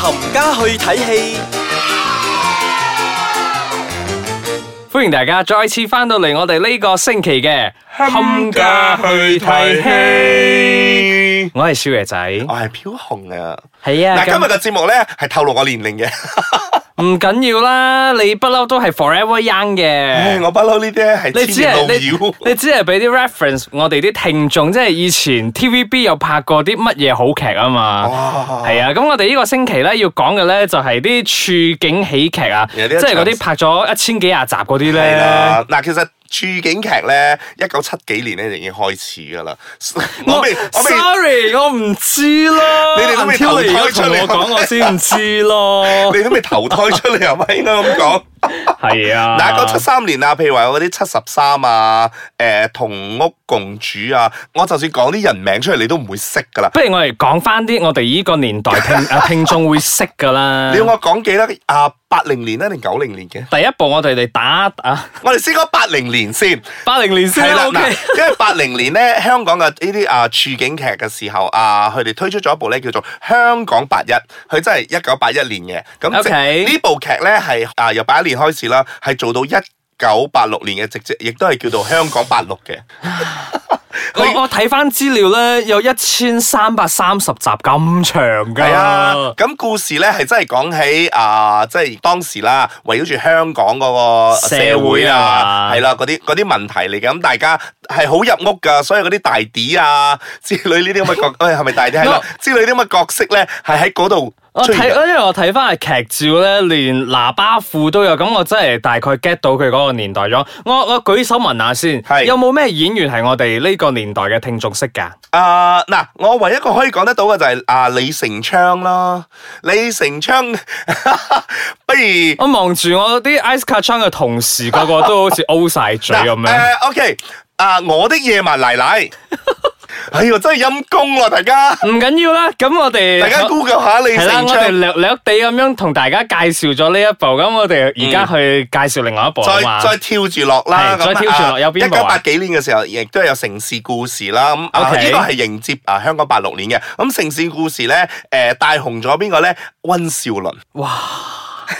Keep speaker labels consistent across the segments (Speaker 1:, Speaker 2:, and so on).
Speaker 1: 冚家去睇戲。
Speaker 2: 欢迎大家再次翻到嚟我哋呢个星期嘅冚家去睇戏。
Speaker 3: 戲。
Speaker 2: 我系少爷仔，
Speaker 3: 我係飄紅啊！
Speaker 2: 系
Speaker 3: 嗱，今日嘅節目咧係透露我年齡嘅，
Speaker 2: 唔紧要啦，你不嬲都系 forever young
Speaker 3: 唉
Speaker 2: 嘅。
Speaker 3: 我不嬲呢啲咧係
Speaker 2: 你
Speaker 3: 千
Speaker 2: 只系
Speaker 3: 年老
Speaker 2: 你
Speaker 3: 妖。
Speaker 2: 你只系俾啲 reference 我哋啲聽眾，即係以前 TVB 有拍過啲乜嘢好劇啊
Speaker 3: 哦
Speaker 2: 嘛，
Speaker 3: 哇
Speaker 2: 係啊，咁我哋呢個星期咧要講嘅咧就係啲處境喜劇啊，即
Speaker 3: 有啲一
Speaker 2: 係嗰啲
Speaker 3: 場
Speaker 2: 拍咗一千幾廿集嗰啲
Speaker 3: 係
Speaker 2: 咧。
Speaker 3: 啦，嗱，其實處境劇咧，一九七幾年咧就已經開始㗎啦。我
Speaker 2: 我
Speaker 3: 未，我未。
Speaker 2: sorry，我唔知咯。
Speaker 3: 你哋都
Speaker 2: Until
Speaker 3: 未投胎
Speaker 2: 你而家
Speaker 3: 出嚟
Speaker 2: 同我講，我先唔知 咯。
Speaker 3: 你都未投胎出嚟係咪？應該咁講。
Speaker 2: 係 啊，
Speaker 3: 嗱，一九七三年啊，譬如話有嗰啲七十三啊，誒同屋共主啊，我就算講啲人名出嚟，你都唔會識 㗎啦。
Speaker 2: 不如我哋講翻啲我哋呢個年代聽啊 聽眾會識噶啦
Speaker 3: 你。要我講幾多啊？八零年啊，定九零年嘅？
Speaker 2: 第一步我哋嚟打啊
Speaker 3: 我哋先講八零年先。
Speaker 2: 八零年
Speaker 3: 系
Speaker 2: 先
Speaker 3: 啦
Speaker 2: 啦，，OK。啊
Speaker 3: 嗱，因為八零年咧，香港嘅呢啲啊處境劇嘅時候啊，佢哋推出咗一部咧叫做《香港八一》，佢真係一九八一年嘅。咁即
Speaker 2: OK
Speaker 3: 呢部劇咧係啊由八一年開始啦，係做到一九八六年嘅直接，亦都係叫做香港八六嘅。
Speaker 2: 我我睇翻資料咧，有一千三百三十集咁長噶。
Speaker 3: 係啊，
Speaker 2: 哦
Speaker 3: 咁故事咧係真係講起啊，即係當時啦，圍繞住香港嗰個社
Speaker 2: 社會
Speaker 3: 會
Speaker 2: 啊
Speaker 3: 啊，係啦，嗰啲嗰啲問題嚟嘅，咁大家係好入屋噶，所以嗰啲大啲啊 之類呢啲 咁嘅角，誒係咪大啲係啦
Speaker 2: 我？
Speaker 3: 之類呢啲咁嘅角色咧，係喺嗰度
Speaker 2: 我
Speaker 3: 出
Speaker 2: 哦睇，
Speaker 3: 現嘅。
Speaker 2: 因為我睇翻係劇照咧，連喇叭褲都有，咁我真係大概 get 到佢嗰個年代咗。我我舉手問下先，
Speaker 3: 係
Speaker 2: 有冇咩演員係我哋呢個年代嘅聽眾識㗎？
Speaker 3: 啊嗱，我唯一一個可以講得到嘅就係啊李成昌啦，李成昌， 不如。
Speaker 2: 我望住我啲 Ice c a t c h a n 嘅同事，個個都好似 O 晒嘴咁
Speaker 3: 嗱
Speaker 2: 樣。
Speaker 3: 誒，OK，啊，我的夜晚 奶奶，哎呀，真係陰公喎，大家。
Speaker 2: 唔緊要啦，咁我哋
Speaker 3: 大家 Google 下李
Speaker 2: 係啦，
Speaker 3: 成
Speaker 2: 我哋
Speaker 3: 昌。
Speaker 2: 略略地咁樣同大家介紹咗呢一部，咁我哋而家去介紹另外一部啊
Speaker 3: 再
Speaker 2: 嘛。
Speaker 3: 再跳住落啦，
Speaker 2: 係再跳住落有邊
Speaker 3: 一
Speaker 2: 部
Speaker 3: 九
Speaker 2: 啊
Speaker 3: 八幾年嘅時候，亦都有城市故事啦。咁啊，
Speaker 2: OK
Speaker 3: 呢個係迎接啊香港八六年嘅。咁城市故事咧，誒帶紅咗邊個咧？温兆倫。
Speaker 2: 哇！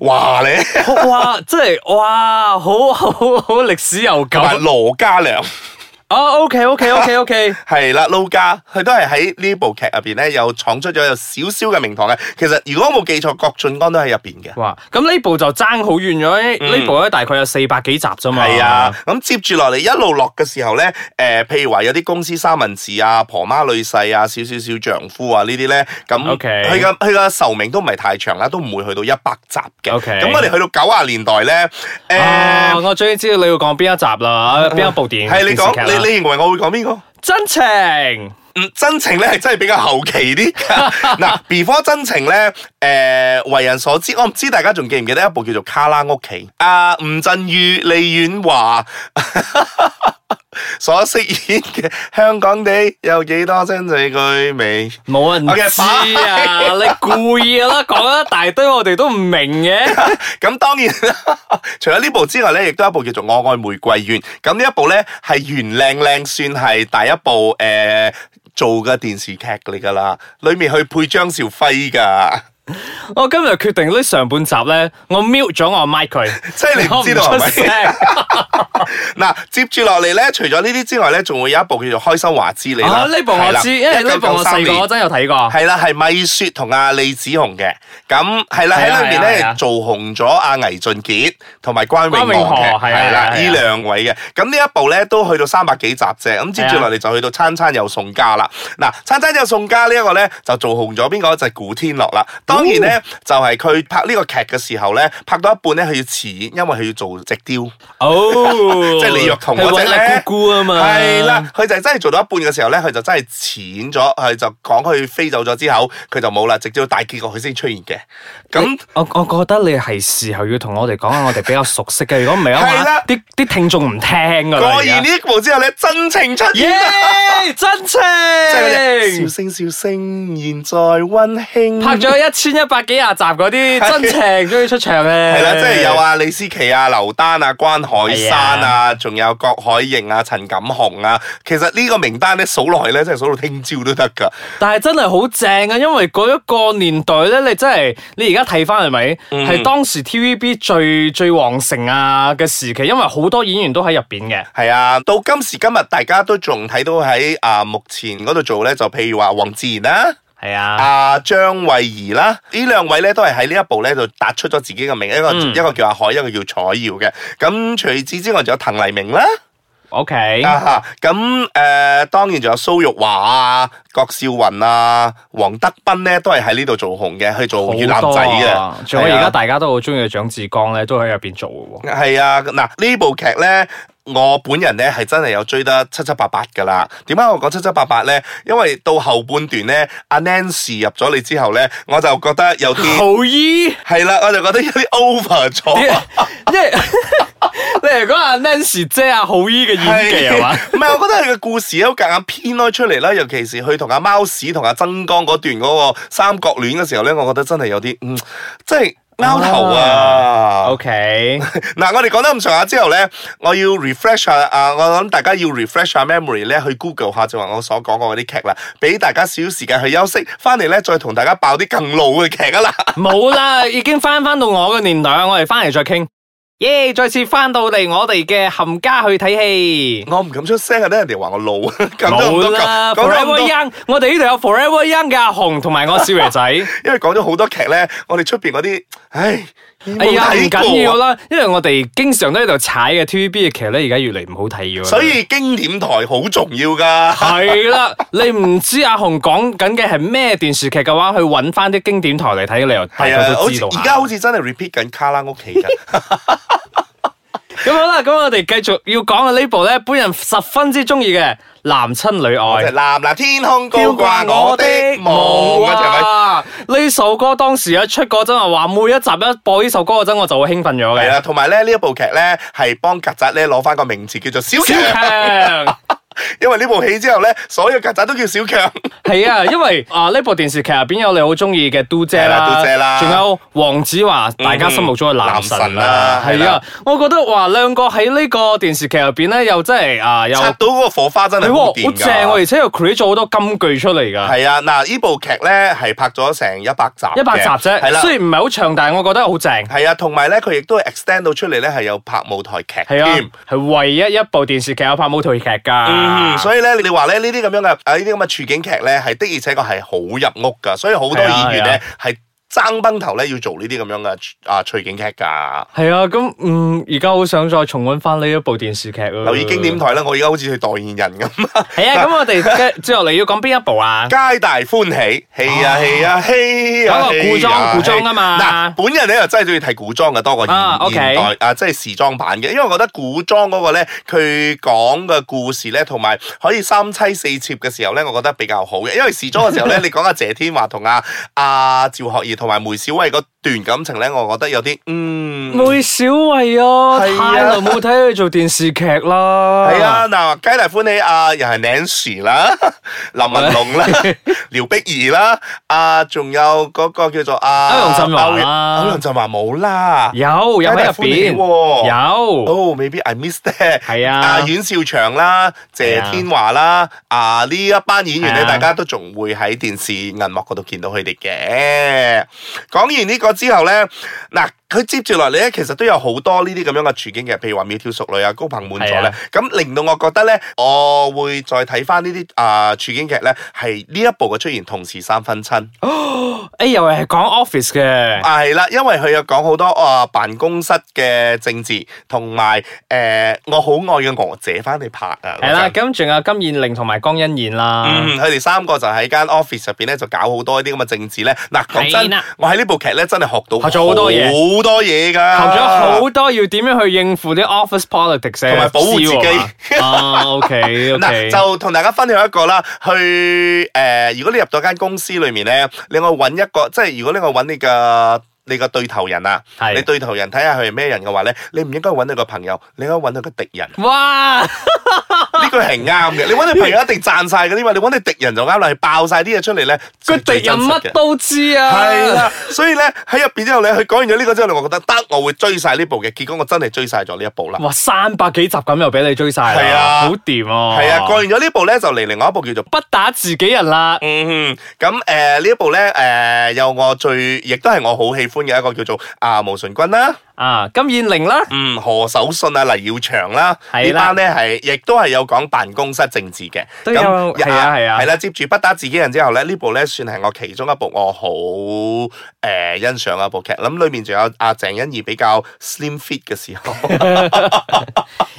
Speaker 3: 哇你
Speaker 2: 哇，真係哇，好好好歷史悠久
Speaker 3: 同。埋羅家良
Speaker 2: 哦，OK，OK，OK，OK。
Speaker 3: 係啦，撈家佢都係喺呢部劇入邊咧，又闖出咗有少少嘅名堂嘅。其實如果我冇記錯，郭晉安都喺入邊嘅。
Speaker 2: 哇，咁呢部就爭好遠咗，呢呢部咧大概有四百幾集啫嘛。
Speaker 3: 係啊，，咁接住落嚟一路落嘅時候咧，誒、譬如話有啲公司三文治啊、婆媽女婿啊、少少少丈夫啊呢啲咧，咁
Speaker 2: OK
Speaker 3: 佢嘅佢嘅壽命都唔係太長啦，都唔會去到一百集嘅。
Speaker 2: OK
Speaker 3: 咁我哋去到九啊年代咧，誒、
Speaker 2: 啊，我終於知道你要講邊一集啦，邊一部電
Speaker 3: 係你講，
Speaker 2: 電視劇啦啊
Speaker 3: 你你認為我會講邊個？
Speaker 2: 真情
Speaker 3: 嗯，真情咧係真係比較後期啲。嗱，before 真情咧，誒、為人所知，我唔知大家仲記唔記得一部叫做《卡拉屋企》啊，吳鎮宇、李婉華 所飾演嘅香港地有幾多真字句味？
Speaker 2: 冇人
Speaker 3: OK，
Speaker 2: 知啊，你故意 啦，講一大堆我哋都唔明嘅。
Speaker 3: 咁當然 啦，除咗呢部之外咧，亦都有一部叫做《我愛玫瑰園》。咁呢一部咧係袁靚靚算係第一部誒、做嘅電視劇嚟㗎啦，裡面去配張兆輝㗎。
Speaker 2: 我今日決定呢上半集咧，我 mute 咗我 mic 佢，
Speaker 3: 即係你唔知道
Speaker 2: 我唔
Speaker 3: 係咪
Speaker 2: 出聲。
Speaker 3: 嗱，接住落嚟咧，除咗呢啲之外咧，仲會有一部叫做《開心華之 你》啦。
Speaker 2: 啊，呢部我知，因為呢部我細個嗰陣有睇 過。
Speaker 3: 系啦，係米雪同阿李子雄嘅，咁係啦
Speaker 2: 係啊
Speaker 3: 喺裏面
Speaker 2: 係啊係啊
Speaker 3: 咧做紅咗阿倪俊傑同埋關
Speaker 2: 關
Speaker 3: 詠
Speaker 2: 詠
Speaker 3: 荷嘅，
Speaker 2: 荷係啊
Speaker 3: 係啦
Speaker 2: 係啊
Speaker 3: 呢兩位嘅，咁呢一部咧都去到三百幾集啫，咁接住落嚟就去到餐餐有送家啦。嗱，餐餐有送家呢一個咧就做紅咗邊個就係古天樂啦。
Speaker 2: 哦
Speaker 3: 當然咧就係佢拍呢個劇嘅時候咧，拍到一半咧佢要辭演，因為佢要做直雕。
Speaker 2: 哦，
Speaker 3: 即係李若彤
Speaker 2: 係
Speaker 3: 嗰
Speaker 2: 揾
Speaker 3: 隻
Speaker 2: 阿
Speaker 3: 咧
Speaker 2: 姑姑啊嘛，
Speaker 3: 係啦，，佢就係真係做到一半嘅時候咧，佢就真係淺咗，佢就講佢飛走咗之後，佢就冇啦，直至到大結局佢先出現嘅。咁
Speaker 2: 我我覺得你係時候要同我哋講下我哋比較熟悉嘅，如果唔係嘅
Speaker 3: 係
Speaker 2: 話
Speaker 3: 啦，
Speaker 2: 啲啲聽眾唔聽噶啦。
Speaker 3: 過完呢一步之後咧，真情出
Speaker 2: 而家，耶
Speaker 3: 現啦！，
Speaker 2: 真
Speaker 3: 即係嗰隻笑
Speaker 2: 情
Speaker 3: 聲笑聲，現在温馨。
Speaker 2: 拍咗一千一百幾廿集嗰啲真情終於出場咧，
Speaker 3: 係啦，即係有啊李思琪啊、劉丹啊、關海山
Speaker 2: 哎
Speaker 3: 啊，仲有郭海瑩啊、陳錦鴻啊。其實呢個名單咧數落去咧，真係數到聽朝都得㗎。
Speaker 2: 但係真係好正啊！因為嗰一個年代咧，你真係你而家睇翻係咪？係、
Speaker 3: 嗯
Speaker 2: 當時 TVB 最最旺盛啊嘅時期，因為好多演員都喺入邊嘅。
Speaker 3: 係啊，到今時今日，大家都仲睇到喺啊目前嗰度做咧，就譬如話黃自然啦、
Speaker 2: 係啊，
Speaker 3: 阿張慧儀啦，呢兩位咧都係喺呢一部咧就突出咗自己嘅名，一個、
Speaker 2: 嗯
Speaker 3: 一個叫阿海，一個叫楚耀嘅。咁除此之外，仲有滕麗明啦，
Speaker 2: OK，
Speaker 3: 啊哈，咁誒、呃、當然仲有蘇玉華啊、郭少雲啊、黃德斌咧，都係喺呢度做紅嘅，去做越南
Speaker 2: 好多
Speaker 3: 仔
Speaker 2: 啊
Speaker 3: 嘅。
Speaker 2: 仲有
Speaker 3: 係啊
Speaker 2: 而家大家都好中意嘅蔣志剛咧，都喺入邊做嘅喎。
Speaker 3: 係啊，嗱呢部劇呢，我本人呢係真係有追得七七八八噶啦。點解我講七七八八呢？因為到後半段呢，阿 Nancy 入咗嚟之後呢，我就覺得有啲
Speaker 2: 好醫，
Speaker 3: 係啦，我就覺得有啲 over
Speaker 2: 因
Speaker 3: 咗
Speaker 2: 為
Speaker 3: 啊。
Speaker 2: 因為你係講阿 Nancy 姐阿好醫嘅演技係 嘛？
Speaker 3: 唔係，我啊覺得佢嘅故事都夾硬編開出嚟啦，尤其是佢同阿貓屎同阿曾江嗰段嗰個三角戀嘅時候呢，我覺得真係有啲嗯，即係拗頭啊
Speaker 2: OK，
Speaker 3: 嗱，我哋講得咁上下之後咧，我要 refresh 下啊，我諗大家要 refresh 下 memory 咧，去 Google 下就話我所講過嗰啲劇啦，俾大家少少時間去休息，翻嚟咧再同大家爆啲更老嘅劇啊啦。
Speaker 2: 冇啦，已經翻翻到我嘅年代，我哋翻嚟再傾。耶、再次翻到嚟我哋嘅冚家去睇戲。
Speaker 3: 我唔敢出聲啊，等人哋話我老，咁多
Speaker 2: 冇
Speaker 3: 咁多
Speaker 2: 啦
Speaker 3: 講咗咁
Speaker 2: ，Forever
Speaker 3: 多，
Speaker 2: Young，我哋呢度有 Forever Young 嘅阿紅同埋我少爺仔。
Speaker 3: 因為講咗好多劇咧，我哋出邊嗰啲，唉，
Speaker 2: 哎
Speaker 3: 冇
Speaker 2: 呀，唔
Speaker 3: 睇
Speaker 2: 緊要
Speaker 3: 過啊。
Speaker 2: 啦，因為我哋經常都喺度踩嘅 TVB 嘅劇咧，而家越嚟唔好睇咗。
Speaker 3: 所以經典台好重要噶，
Speaker 2: 係啦，你唔知阿紅講緊嘅係咩電視劇嘅話，去揾翻啲經典台嚟睇，你又 大
Speaker 3: 係啊
Speaker 2: 概，都
Speaker 3: 好
Speaker 2: 知
Speaker 3: 似
Speaker 2: 道下
Speaker 3: 而家好似真係 repeat 緊卡拉屋企 㗎。
Speaker 2: 咁好啦，咁我哋繼續要講嘅呢部咧，本人十分之中意嘅《男親女愛》。
Speaker 3: 哦就係藍藍天空高掛我的夢嗰隻咪？
Speaker 2: 啊！呢首歌當時一出嗰陣啊，話每一集一播呢首歌嗰陣，我就會興奮咗
Speaker 3: 係啊
Speaker 2: 嘅。
Speaker 3: 啦，同埋咧呢一部劇咧係幫曱甴咧攞翻個名字叫做小
Speaker 2: 小
Speaker 3: 強，
Speaker 2: 強
Speaker 3: 因為呢部戲之後咧，所有曱甴都叫小強。
Speaker 2: 係啊，因為啊呢部電視劇入邊有你好中意嘅嘟姐
Speaker 3: 係啦
Speaker 2: 啦，
Speaker 3: 嘟姐啦嗯
Speaker 2: 仲有黃子華，大家心目中嘅男神啦，
Speaker 3: 男神啦
Speaker 2: 係
Speaker 3: 係
Speaker 2: 啊
Speaker 3: 啦，
Speaker 2: 我覺得哇兩個喺呢個電視劇入邊咧，又真係啊又
Speaker 3: 插到嗰個火花真
Speaker 2: 係
Speaker 3: 係
Speaker 2: 喎
Speaker 3: 好掂
Speaker 2: 哎好正啊喎，而
Speaker 3: 㗎。
Speaker 2: 且又 create 咗好多金句出嚟㗎。
Speaker 3: 係啊，嗱，呢部劇咧係拍咗成一百集嘅，
Speaker 2: 一百集
Speaker 3: 係啊
Speaker 2: 啫，
Speaker 3: 啦，
Speaker 2: 雖然唔係好長，但係我覺得好正。
Speaker 3: 係啊，同埋咧佢亦都係 extend 到出嚟咧係有拍舞台劇
Speaker 2: 係啊
Speaker 3: 添。，
Speaker 2: 係唯一一部電視劇有拍舞台劇㗎。
Speaker 3: 嗯，所以咧，你話咧呢啲咁樣嘅啊呢啲咁嘅處境劇咧，係的而且確係好入屋㗎，所以好多
Speaker 2: 係啊
Speaker 3: 演員咧係爭崩頭咧要做呢啲咁樣嘅啊處境劇㗎。
Speaker 2: 係啊，咁嗯，而家好想再重温翻呢一部電視劇啊。
Speaker 3: 留意經典台啦，我而家好似去代言人咁。
Speaker 2: 係啊，咁我哋 嘅接落嚟要講邊一部啊？
Speaker 3: 皆大歡喜，戲啊戲啊戲啊！
Speaker 2: 嗰個古裝
Speaker 3: 戲啊
Speaker 2: 古裝啊嘛
Speaker 3: 嗱，本人咧就真係中意睇古裝嘅多過現
Speaker 2: 啊，OK
Speaker 3: 現代啊，即係時裝版嘅，因為我覺得古裝嗰個咧，佢講嘅故事咧，同埋可以三妻四妾嘅時候咧，我覺得比較好嘅。因為時裝嘅時候咧，你講阿謝天華同阿阿趙學而同埋梅小惠嗰段感情咧，我覺得有啲嗯。
Speaker 2: 梅小惠啊，
Speaker 3: 係啊
Speaker 2: 太耐冇睇佢做電視劇啦。
Speaker 3: 係啊，，嗱，皆大歡喜啊，又係 Nancy 啦，林文龍啦，廖碧兒啦，啊，仲有嗰個叫做啊，
Speaker 2: 歐陽震華啦
Speaker 3: 歐陽震華冇啦，
Speaker 2: 有有喺入邊，
Speaker 3: 皆大歡喜喎
Speaker 2: 有
Speaker 3: 哦，maybe I missed that，
Speaker 2: 係啊
Speaker 3: 啊，阮兆祥啦，謝天華啦，啊，呢一班演員
Speaker 2: 係
Speaker 3: 咧，
Speaker 2: 啊
Speaker 3: 大家都仲會喺電視銀幕嗰度見到佢哋嘅。講完呢個之後咧，嗱，佢接住落嚟咧，其實都有好多呢啲咁樣嘅處境嘅，譬如話《窈窕淑女》啊，《高朋滿座》
Speaker 2: 係
Speaker 3: 咧
Speaker 2: 啊，
Speaker 3: 咁令到我覺得咧，我會再睇翻呢啲啊處境劇咧，係呢一部嘅出現同時三分親。
Speaker 2: 誒，哎又係講 office 嘅，
Speaker 3: 啊，係啦，因為佢有講好多啊辦公室嘅政治，同埋誒我好愛嘅娥姐翻嚟拍啊，
Speaker 2: 係啦，
Speaker 3: 嗰陣。
Speaker 2: 咁仲有金燕玲同埋江欣燕啦。
Speaker 3: 嗯，佢哋三個就喺間 office 入邊咧，就搞好多呢啲咁嘅政治咧。嗱，講
Speaker 2: 係
Speaker 3: 真
Speaker 2: 啦，
Speaker 3: 我喺呢部劇咧真係學到
Speaker 2: 學咗好多嘢
Speaker 3: 好多嘢㗎，
Speaker 2: 學咗好多要點樣去應付啲 office politics
Speaker 3: 同埋保護自己。
Speaker 2: 啊，OK
Speaker 3: 嗱，
Speaker 2: OK，
Speaker 3: 就同大家分享一個啦，去誒、呃如果你入到間公司裏面咧，你去揾一個，即係如果你去揾你嘅你個對頭人啊，
Speaker 2: 係
Speaker 3: 你對頭人睇下佢係咩人嘅話咧，你唔應該揾佢個朋友，你應該揾佢個敵人。
Speaker 2: 哇！
Speaker 3: 呢句係啱嘅，你揾你 朋友一定賺晒嘅，因為你揾你敵人就啱啦，係爆晒啲嘢出嚟咧，
Speaker 2: 個
Speaker 3: 就
Speaker 2: 敵
Speaker 3: 係最
Speaker 2: 人
Speaker 3: 真實
Speaker 2: 乜
Speaker 3: 嘅。
Speaker 2: 都知啊，
Speaker 3: 係啦，所以咧喺入邊之後咧，佢講完咗呢個之後咧，我覺得得，我會追晒呢部嘅。結果我真係追晒咗呢一部啦。
Speaker 2: 哇，三百幾集咁又俾你追晒
Speaker 3: 係
Speaker 2: 啦，
Speaker 3: 啊
Speaker 2: 好掂啊！
Speaker 3: 係啊，過完咗呢部咧，就嚟另外一部叫做。
Speaker 2: 不打自己人啦，
Speaker 3: 嗯哼，咁誒、呃呢一部咧誒、呃有我最，亦都係我好喜歡嘅一個叫做啊毛舜筠啦，
Speaker 2: 啊，金燕玲啦，
Speaker 3: 嗯何守信啊黎耀祥啦，
Speaker 2: 係
Speaker 3: 呢
Speaker 2: 啦
Speaker 3: 班咧係亦都係有講辦公室政治嘅，
Speaker 2: 都有係啊係啊
Speaker 3: 係啦，接住不打自己人之後咧，呢部咧算係我其中一部我好誒、呃欣賞嘅一部劇，咁裏面仲有阿鄭欣宜比較 slim fit 嘅 時候，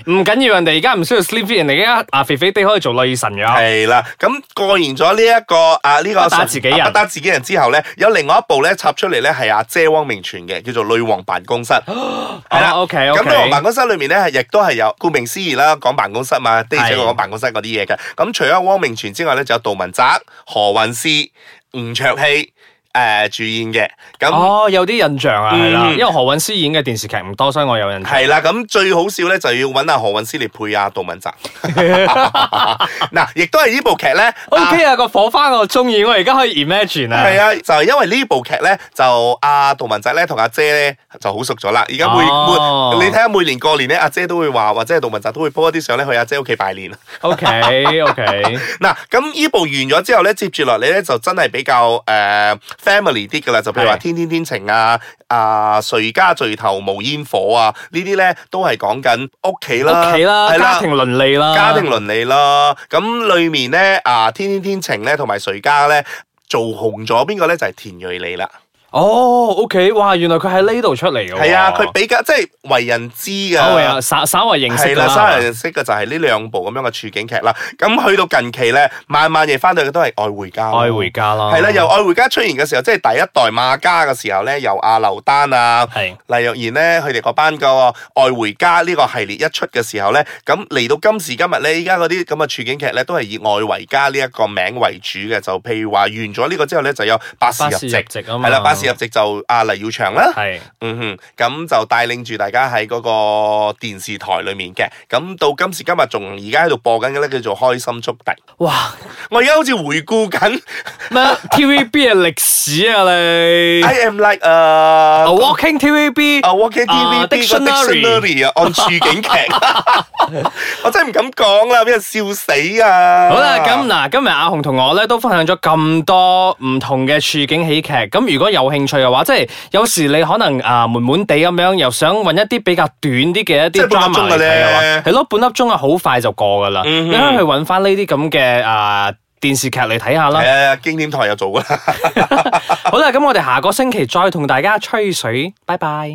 Speaker 2: 唔緊要，人哋而家唔需要 sleep fit，人哋而家啊肥肥地可以做女神哦㗎。
Speaker 3: 係啦，咁過完咗呢一個啊呢、個
Speaker 2: 不打自己人
Speaker 3: 啊不打自己人之後咧，有另外一部咧插出嚟咧係阿姐汪明荃嘅，叫做《女王辦公室》。
Speaker 2: 哦
Speaker 3: 係啦
Speaker 2: ，OK
Speaker 3: 咁
Speaker 2: OK，
Speaker 3: 女王辦公室裏面咧係亦都係有，顧名思義啦，講辦公室嘛，的而且確
Speaker 2: 係
Speaker 3: 講辦公室嗰啲嘢嘅。咁除咗汪明荃之外咧，就有杜汶澤、何韻詩、吳卓羲誒、呃主演嘅。咁
Speaker 2: 哦，有啲印象啊，係啦，
Speaker 3: 嗯
Speaker 2: 因為何韻詩演嘅電視劇唔多，所以我有印象。
Speaker 3: 係啊啦，咁最好笑咧就要揾阿何韻詩嚟配阿杜 汶澤。嗱，亦都係呢部劇咧。
Speaker 2: O K 啊，個火花我中意，我而家可以 imagine 啊。
Speaker 3: 係啊，就係因為呢部劇咧，就阿杜汶澤咧同阿姐咧就好熟咗啦。而家每
Speaker 2: 哦
Speaker 3: 每你睇下每年過年咧，阿姐都會話，或者係杜汶澤都會 po 一啲相咧去阿姐屋企拜年。
Speaker 2: O K O K，
Speaker 3: 嗱，咁呢部完咗之後咧，接住落嚟咧就真係比較誒、呃 family 啲噶啦，就譬如話
Speaker 2: 係
Speaker 3: 《天天天晴》啊、啊《誰家聚頭無煙火》啊，呢啲咧都係講緊屋企啦，
Speaker 2: 屋企啦，
Speaker 3: 係
Speaker 2: 家庭倫理啦，
Speaker 3: 家庭倫理啦。咁裏面咧啊，《天天天晴》咧同埋《誰家》咧做紅咗邊個咧就係、田蕊妮啦。
Speaker 2: 哦，O K，哇，原來佢喺呢度出嚟嘅喎。
Speaker 3: 係啊，佢比較即係為人知㗎。
Speaker 2: 稍微啊，稍稍微認識
Speaker 3: 係
Speaker 2: 㗎
Speaker 3: 啦，
Speaker 2: 啦。
Speaker 3: 三人識嘅就係呢兩部咁樣嘅處境劇啦。咁去到近期咧，晚晚夜翻到嘅都係愛回家咯。
Speaker 2: 愛回家啦，
Speaker 3: 係啦，由愛回家出現嘅時候，即係第一代馬家嘅時候咧，由阿劉丹啊。
Speaker 2: 係
Speaker 3: 黎若賢咧，佢哋嗰班個愛回家呢個系列一出嘅時候咧，咁嚟到今時今日咧，依家嗰啲咁嘅處境劇咧，都係以愛為家呢一個名為主嘅。就譬如話完咗呢個之後咧，就有百事
Speaker 2: 巴
Speaker 3: 入
Speaker 2: 士
Speaker 3: 席，
Speaker 2: 入
Speaker 3: 係
Speaker 2: 籍啊嘛，
Speaker 3: 啦，百事入席就阿黎耀祥啦。
Speaker 2: 係
Speaker 3: 嗯哼，咁就帶領住大家喺嗰個電視台裏面嘅，咁到今時今日仲而家喺度播緊嘅咧，叫做《開心速遞》。
Speaker 2: 哇
Speaker 3: 我而家好似回顧緊
Speaker 2: 咩 TVB 嘅歷史啊你
Speaker 3: ，I am like 啊
Speaker 2: 啊，Walking TVB
Speaker 3: 啊 Walking
Speaker 2: 啊
Speaker 3: TV 個
Speaker 2: Dictionary
Speaker 3: dictionary 啊， 按處境劇， 我真係唔敢講啦，俾人笑死啊！
Speaker 2: 好啦，咁嗱，今日阿紅同我咧都分享咗咁多唔同嘅處境喜劇，咁如果有興趣嘅話，即係有時你可能啊悶悶地咁樣，又想揾一啲比較短啲嘅一
Speaker 3: 即
Speaker 2: 啲
Speaker 3: 係半粒
Speaker 2: drama
Speaker 3: 鐘
Speaker 2: 嚟睇嘅
Speaker 3: 嘅咧
Speaker 2: 話，係咯，半粒鐘啊，好快就過噶啦，
Speaker 3: 嗯
Speaker 2: 你可以去揾翻呢啲咁嘅啊電視劇嚟睇下啦。
Speaker 3: 係啊，經典台又做㗎啦。
Speaker 2: 好啦，咁我哋下個星期再同大家吹水，拜拜。